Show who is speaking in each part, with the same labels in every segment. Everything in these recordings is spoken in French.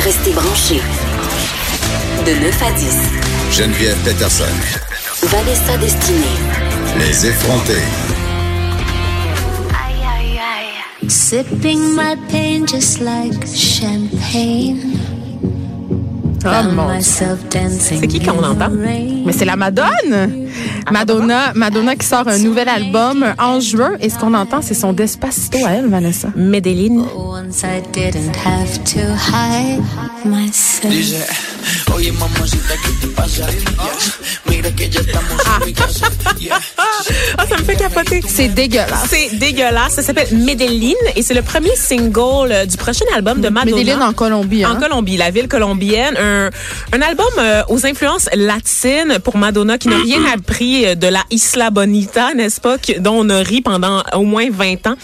Speaker 1: Restez branchés. De 9 à 10,
Speaker 2: Geneviève Peterson.
Speaker 1: Vanessa Destinée.
Speaker 2: Les effrontés.
Speaker 3: Sipping my pain just like champagne. Found
Speaker 4: mon Dieu.
Speaker 3: myself dancing
Speaker 4: Ah, C'est qui qu'on
Speaker 3: in the
Speaker 4: entend?
Speaker 3: rain.
Speaker 4: Mais c'est la Madone! Madonna, Madonna qui sort un nouvel album en juin et ce qu'on entend, c'est son Despacito à elle, Vanessa.
Speaker 5: Medellin.
Speaker 3: Once I didn't have to hide myself.
Speaker 6: Dice, oye mamacita, ¿qué te pasa? Yeah. Mira que ya estamos en mi casa. Yeah.
Speaker 5: Ah, ça me fait capoter.
Speaker 4: C'est dégueulasse.
Speaker 5: C'est dégueulasse. Ça s'appelle Medellin et c'est le premier single euh, du prochain album de Madonna.
Speaker 4: Mm, Medellin en Colombie.
Speaker 5: En
Speaker 4: Hein?
Speaker 5: Colombie, la ville colombienne, un, un album euh, aux influences latines pour Madonna qui n'a rien appris euh, de la Isla Bonita, n'est-ce pas, que- dont on a ri pendant au moins 20 ans,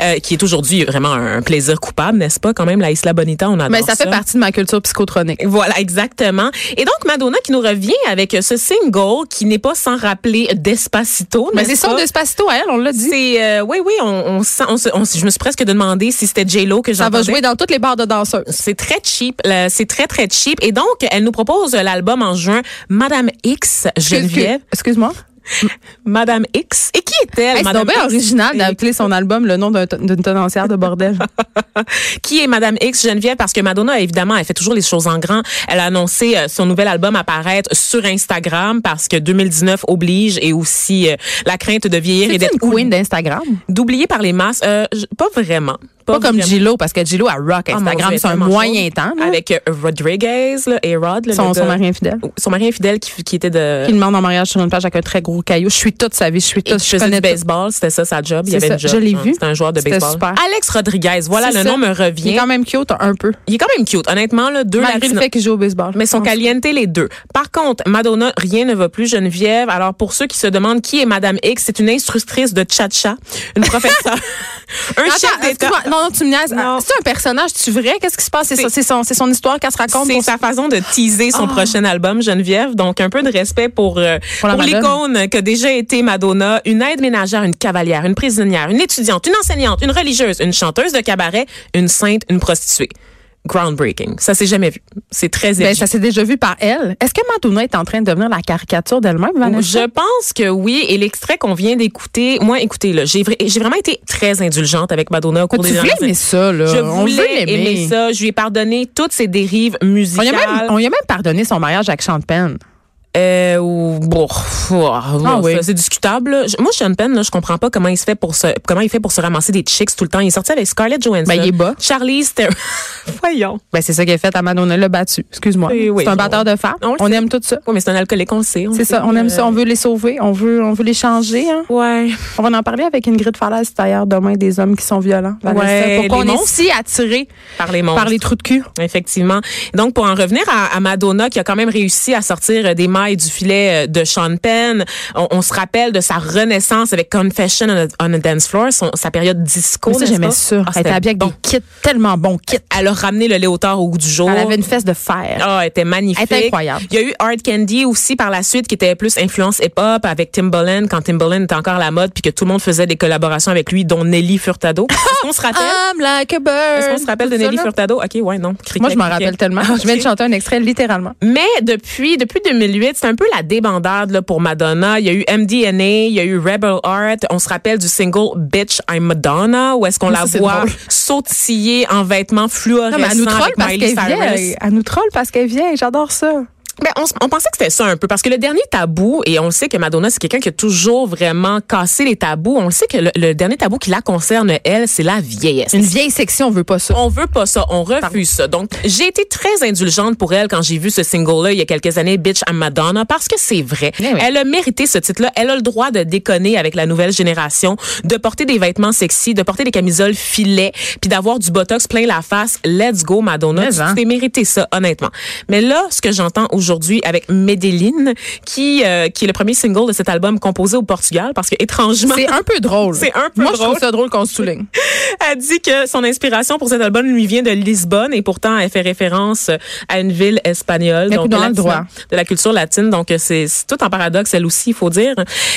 Speaker 5: euh, qui est aujourd'hui vraiment un plaisir coupable, n'est-ce pas, quand même, la Isla Bonita, on adore
Speaker 4: Mais ça fait partie de ma culture psychotronique.
Speaker 5: Voilà, exactement. Et donc, Madonna qui nous revient avec ce single qui n'est pas sans rappeler Despacito.
Speaker 4: Mais
Speaker 5: n'est-ce
Speaker 4: c'est son
Speaker 5: pas?
Speaker 4: Despacito à elle, on l'a dit.
Speaker 5: C'est euh, oui oui on, on sent on se- on se- je me suis presque demandé si c'était J Lo que
Speaker 4: Ça va
Speaker 5: j'entendais.
Speaker 4: jouer dans toutes les barres de danseuses.
Speaker 5: C'est très cheap, là, c'est très très cheap et donc elle nous propose l'album en juin Madame X Geneviève
Speaker 4: Excuse-moi.
Speaker 5: Madame X et qui est-elle
Speaker 4: Hey, c'est
Speaker 5: Madame
Speaker 4: donc bien
Speaker 5: X?
Speaker 4: original d'appeler son album le nom d'un t- d'une tenancière de bordel.
Speaker 5: qui est Madame X Geneviève parce que Madonna évidemment elle fait toujours les choses en grand. Elle a annoncé euh, son nouvel album apparaître sur Instagram parce que 2019 oblige et aussi euh, la crainte de vieillir
Speaker 4: C'est
Speaker 5: et d'être
Speaker 4: une queen d'Instagram.
Speaker 5: d'oublier par les masses. Euh, j- pas vraiment.
Speaker 4: Pas comme
Speaker 5: vraiment.
Speaker 4: Gillo, parce que Gillo, a rock
Speaker 5: Ah, mon
Speaker 4: Instagram,
Speaker 5: Dieu,
Speaker 4: c'est un
Speaker 5: tellement
Speaker 4: moyen
Speaker 5: chaude.
Speaker 4: temps. là.
Speaker 5: Avec euh, Rodriguez là, et Rod. là,
Speaker 4: son,
Speaker 5: le
Speaker 4: son
Speaker 5: gars-
Speaker 4: mari infidèle.
Speaker 5: Son mari infidèle qui, f- qui était de...
Speaker 4: Il demande en mariage sur une plage avec un très gros caillou. Je suis toute sa vie, je suis
Speaker 5: qui
Speaker 4: toute, je
Speaker 5: faisait du
Speaker 4: connais tout.
Speaker 5: baseball, c'était ça sa job. Il y
Speaker 4: C'est
Speaker 5: avait
Speaker 4: ça,
Speaker 5: une job.
Speaker 4: je l'ai
Speaker 5: hein.
Speaker 4: vu.
Speaker 5: C'était un joueur de
Speaker 4: C'était
Speaker 5: baseball.
Speaker 4: super.
Speaker 5: Alex Rodriguez, voilà,
Speaker 4: C'est
Speaker 5: le
Speaker 4: ça.
Speaker 5: nom me
Speaker 4: Il est
Speaker 5: revient.
Speaker 4: quand même cute, un peu.
Speaker 5: Il est quand même cute, honnêtement, là, deux
Speaker 4: Malgré le
Speaker 5: Latino-
Speaker 4: fait Ah, qu'il joue au baseball.
Speaker 5: Mais son
Speaker 4: Je pense.
Speaker 5: caliente, les deux. Par contre, Madonna, rien ne va plus, Geneviève. Alors, pour ceux qui se demandent qui est Madame X, c'est une instructrice de cha-cha, une professeure, un chef
Speaker 4: Attends,
Speaker 5: d'État.
Speaker 4: excuse-moi. Non, non, tu me niaises. Ah,
Speaker 5: Non.
Speaker 4: C'est un personnage, tu vrai? Qu'est-ce qui se passe? C'est
Speaker 5: C'est-
Speaker 4: ça, c'est son, c'est son histoire qu'elle se raconte.
Speaker 5: C'est
Speaker 4: pour-
Speaker 5: sa façon de teaser son prochain album, Geneviève. Donc, un peu de respect pour, euh,
Speaker 4: Pour
Speaker 5: pour,
Speaker 4: la Madone.
Speaker 5: l'icône qu'a déjà été Madonna. Une aide ménagère, une cavalière, une prisonnière, une étudiante, une enseignante, une religieuse, une chanteuse de cabaret, une sainte, une prostituée. Groundbreaking. Ça s'est jamais vu. C'est très
Speaker 4: Ben,
Speaker 5: évident.
Speaker 4: ça s'est déjà vu par elle. Est-ce que Madonna est en train de devenir la caricature d'elle-même, Vanessa?
Speaker 5: Je pense que oui. Et l'extrait qu'on vient d'écouter, moi, écoutez, là, j'ai vra- j'ai vraiment été très indulgente avec Madonna au cours
Speaker 4: Ah, Tu
Speaker 5: des
Speaker 4: voulais
Speaker 5: dernières
Speaker 4: aimer ça, là.
Speaker 5: Je
Speaker 4: on veut
Speaker 5: voulais
Speaker 4: l'aimer.
Speaker 5: aimer ça. Je lui ai pardonné toutes ses dérives
Speaker 4: On
Speaker 5: musicales.
Speaker 4: lui a même, on lui a même pardonné son mariage avec Sean Penn.
Speaker 5: Euh, ou- bon, pff, ah, non,
Speaker 4: oui.
Speaker 5: ça, c'est discutable. là. Je- Moi, Sean Penn, là, je comprends pas comment il se fait pour se, comment il fait pour se ramasser des chicks tout le temps. Il est sorti avec Scarlett Johansson.
Speaker 4: Ben, il est bas.
Speaker 5: Charlie, c'était, voyons.
Speaker 4: Ben, c'est ça qu'elle a fait à Madonna, le battu. Excuse-moi.
Speaker 5: Oui, oui,
Speaker 4: c'est un
Speaker 5: on-
Speaker 4: batteur de femmes.
Speaker 5: on
Speaker 4: Eh On,
Speaker 5: le sait.
Speaker 4: aime tout ça.
Speaker 5: Oui, mais c'est un alcoolique, on le sait.
Speaker 4: C'est ça, on aime ça, on
Speaker 5: euh,
Speaker 4: veut les sauver, on veut, on veut les changer. hein.
Speaker 5: Ouais.
Speaker 4: On va en parler avec Ingrid Falaise d'ailleurs demain des hommes qui sont violents. Vanessa.
Speaker 5: Ouais,
Speaker 4: Pourquoi
Speaker 5: les
Speaker 4: on est
Speaker 5: monstres.
Speaker 4: si attirés
Speaker 5: Par les
Speaker 4: par
Speaker 5: monstres.
Speaker 4: les trous de cul?
Speaker 5: Effectivement. Donc, pour en revenir à, à Madonna, qui a quand même réussi à sortir euh, des mailles du filet euh, de Sean Penn, on, on se rappelle de sa renaissance avec Confession on a, on a Dance Floor, son- sa période disco.
Speaker 4: Moi, ça,
Speaker 5: n'est-ce
Speaker 4: j'aimais
Speaker 5: pas?
Speaker 4: ça.
Speaker 5: Ah,
Speaker 4: Elle était
Speaker 5: c'était
Speaker 4: habillée avec
Speaker 5: bon.
Speaker 4: des kits, tellement bons kits.
Speaker 5: Elle a ramené le léotard au goût du jour.
Speaker 4: Elle avait une fesse de fer.
Speaker 5: Ah, elle était magnifique.
Speaker 4: Elle était incroyable.
Speaker 5: Il y a eu Hard Candy aussi par la suite qui était plus influence hip-hop avec Timbaland quand Timbaland était encore à la mode puis que tout le monde faisait des collaborations avec lui dont Nelly Furtado. Est-ce qu'on se rappelle
Speaker 4: I'm like a bird.
Speaker 5: Ah, Est-ce qu'on se rappelle de
Speaker 4: Ah, euh, Tout ça,
Speaker 5: Nelly
Speaker 4: là.
Speaker 5: Furtado OK, ouais, non. Criquet,
Speaker 4: Moi, je m'en
Speaker 5: criquet.
Speaker 4: rappelle tellement. Je viens de chanter un extrait littéralement.
Speaker 5: Mais depuis depuis 2008, c'est un peu la débandade là, pour Madonna. Il y a eu MDNA, il y a eu Rebel Art. On se rappelle du single Bitch I'm Madonna où est-ce qu'on
Speaker 4: Ça,
Speaker 5: la
Speaker 4: c'est
Speaker 5: voit
Speaker 4: drôle.
Speaker 5: sautiller en vêtements
Speaker 4: Non,
Speaker 5: fluorescents
Speaker 4: mais elle nous troll
Speaker 5: avec
Speaker 4: parce
Speaker 5: Miley
Speaker 4: qu'elle
Speaker 5: Cyrus.
Speaker 4: vient. euh, Elle nous troll parce qu'elle vient. J'adore ça.
Speaker 5: Ben, on, s- on pensait que c'était ça un peu parce que le dernier tabou et on le sait que Madonna c'est quelqu'un qui a toujours vraiment cassé les tabous. On le sait que le, le dernier tabou qui la concerne elle c'est la vieillesse.
Speaker 4: Une vieille section, on veut pas ça.
Speaker 5: On veut pas ça, on refuse ça. Donc, j'ai été très indulgente pour elle quand j'ai vu ce single-là il y a quelques années, Bitch I'm Madonna, parce que c'est vrai.
Speaker 4: Eh oui.
Speaker 5: Elle a mérité ce titre-là. Elle a le droit de déconner avec la nouvelle génération, de porter des vêtements sexy, de porter des camisoles filets, puis d'avoir du botox plein la face. Let's go, Madonna.
Speaker 4: Mais,
Speaker 5: Tu
Speaker 4: hein.
Speaker 5: t'es mérité ça, honnêtement. Mais là, ce que j'entends aujourd'hui avec Medellin, qui, euh, qui est le premier single de cet album composé au Portugal, parce que étrangement,
Speaker 4: C'est un peu drôle.
Speaker 5: C'est un peu
Speaker 4: Moi, je trouve
Speaker 5: drôle.
Speaker 4: ça drôle qu'on se souligne.
Speaker 5: a dit que son inspiration pour cet album lui vient de Lisbonne et pourtant elle fait référence à une ville espagnole
Speaker 4: Mais coudonc,
Speaker 5: de, la-
Speaker 4: le droit.
Speaker 5: de la culture latine donc euh, c'est c'est tout en paradoxe elle aussi il faut dire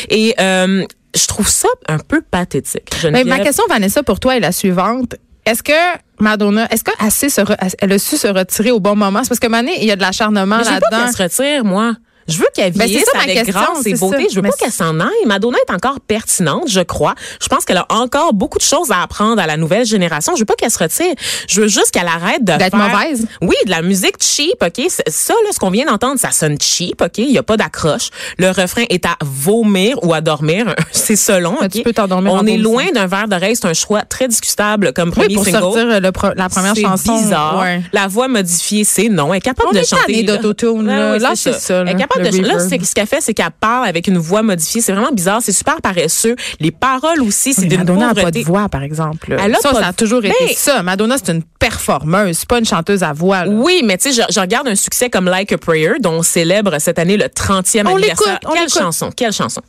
Speaker 5: et euh, je trouve ça un peu pathétique.
Speaker 4: Mais
Speaker 5: Geneviève.
Speaker 4: Ben, ma question, Vanessa, pour toi est la suivante. Est-ce que Madonna, est-ce qu'elle sait se re- elle a su se retirer au bon moment? C'est parce que Mané, il y a de l'acharnement
Speaker 5: Mais je veux pas
Speaker 4: là-dedans.
Speaker 5: qu'elle se retire, moi. Je veux qu'elle
Speaker 4: Ben, c'est
Speaker 5: vieillisse
Speaker 4: ça ma
Speaker 5: avec
Speaker 4: question,
Speaker 5: grâce et
Speaker 4: c'est
Speaker 5: beauté.
Speaker 4: ça.
Speaker 5: Je veux
Speaker 4: Mais
Speaker 5: pas qu'elle s'en aille. Madonna est encore pertinente, je crois. Je pense qu'elle a encore beaucoup de choses à apprendre à la nouvelle génération. Je veux pas qu'elle se retire. Je veux juste qu'elle arrête de
Speaker 4: D'être
Speaker 5: faire-
Speaker 4: mauvaise.
Speaker 5: Oui, de la musique cheap, OK? C'est- Ça, là, ce qu'on vient d'entendre, ça sonne cheap, OK? Il y a pas d'accroche. Le refrain est à vomir ou à dormir. C'est selon,
Speaker 4: Mais
Speaker 5: OK?
Speaker 4: Ben, tu peux t'endormir en
Speaker 5: On est
Speaker 4: vomissant.
Speaker 5: loin d'un verre d'oreille. C'est un choix très discutable comme
Speaker 4: Oui,
Speaker 5: premier
Speaker 4: pour
Speaker 5: single.
Speaker 4: sortir euh, le pro- la première
Speaker 5: C'est
Speaker 4: chanson.
Speaker 5: bizarre.
Speaker 4: Ouais.
Speaker 5: La voix modifiée, c'est non. Elle est capable
Speaker 4: On
Speaker 5: de
Speaker 4: est
Speaker 5: chanter.
Speaker 4: tanné d'autotune, là.
Speaker 5: oui,
Speaker 4: Là, c'est ça,
Speaker 5: Elle
Speaker 4: là,
Speaker 5: est capable
Speaker 4: le
Speaker 5: de chanter. Là,
Speaker 4: reverb.
Speaker 5: c'est- ce qu'elle fait, c'est qu'elle parle avec une voix modifiée. C'est vraiment bizarre. C'est super paresseux. Les paroles aussi, c'est
Speaker 4: Mais
Speaker 5: d'une
Speaker 4: Madonna n'a pas
Speaker 5: pauvreté.
Speaker 4: de voix, par exemple. là.
Speaker 5: Elle a
Speaker 4: ça,
Speaker 5: pas
Speaker 4: ça a
Speaker 5: de-
Speaker 4: toujours été
Speaker 5: Mais-
Speaker 4: ça. Madonna, c'est une performeuse, c'est pas une chanteuse à voix. là.
Speaker 5: Oui, mais tu sais, je, je regarde un succès comme Like a Prayer, dont on célèbre cette année le 30e
Speaker 4: On
Speaker 5: anniversaire.
Speaker 4: l'écoute, on
Speaker 5: Quelle
Speaker 4: l'écoute.
Speaker 5: chanson? Quelle chanson?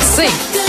Speaker 4: C'est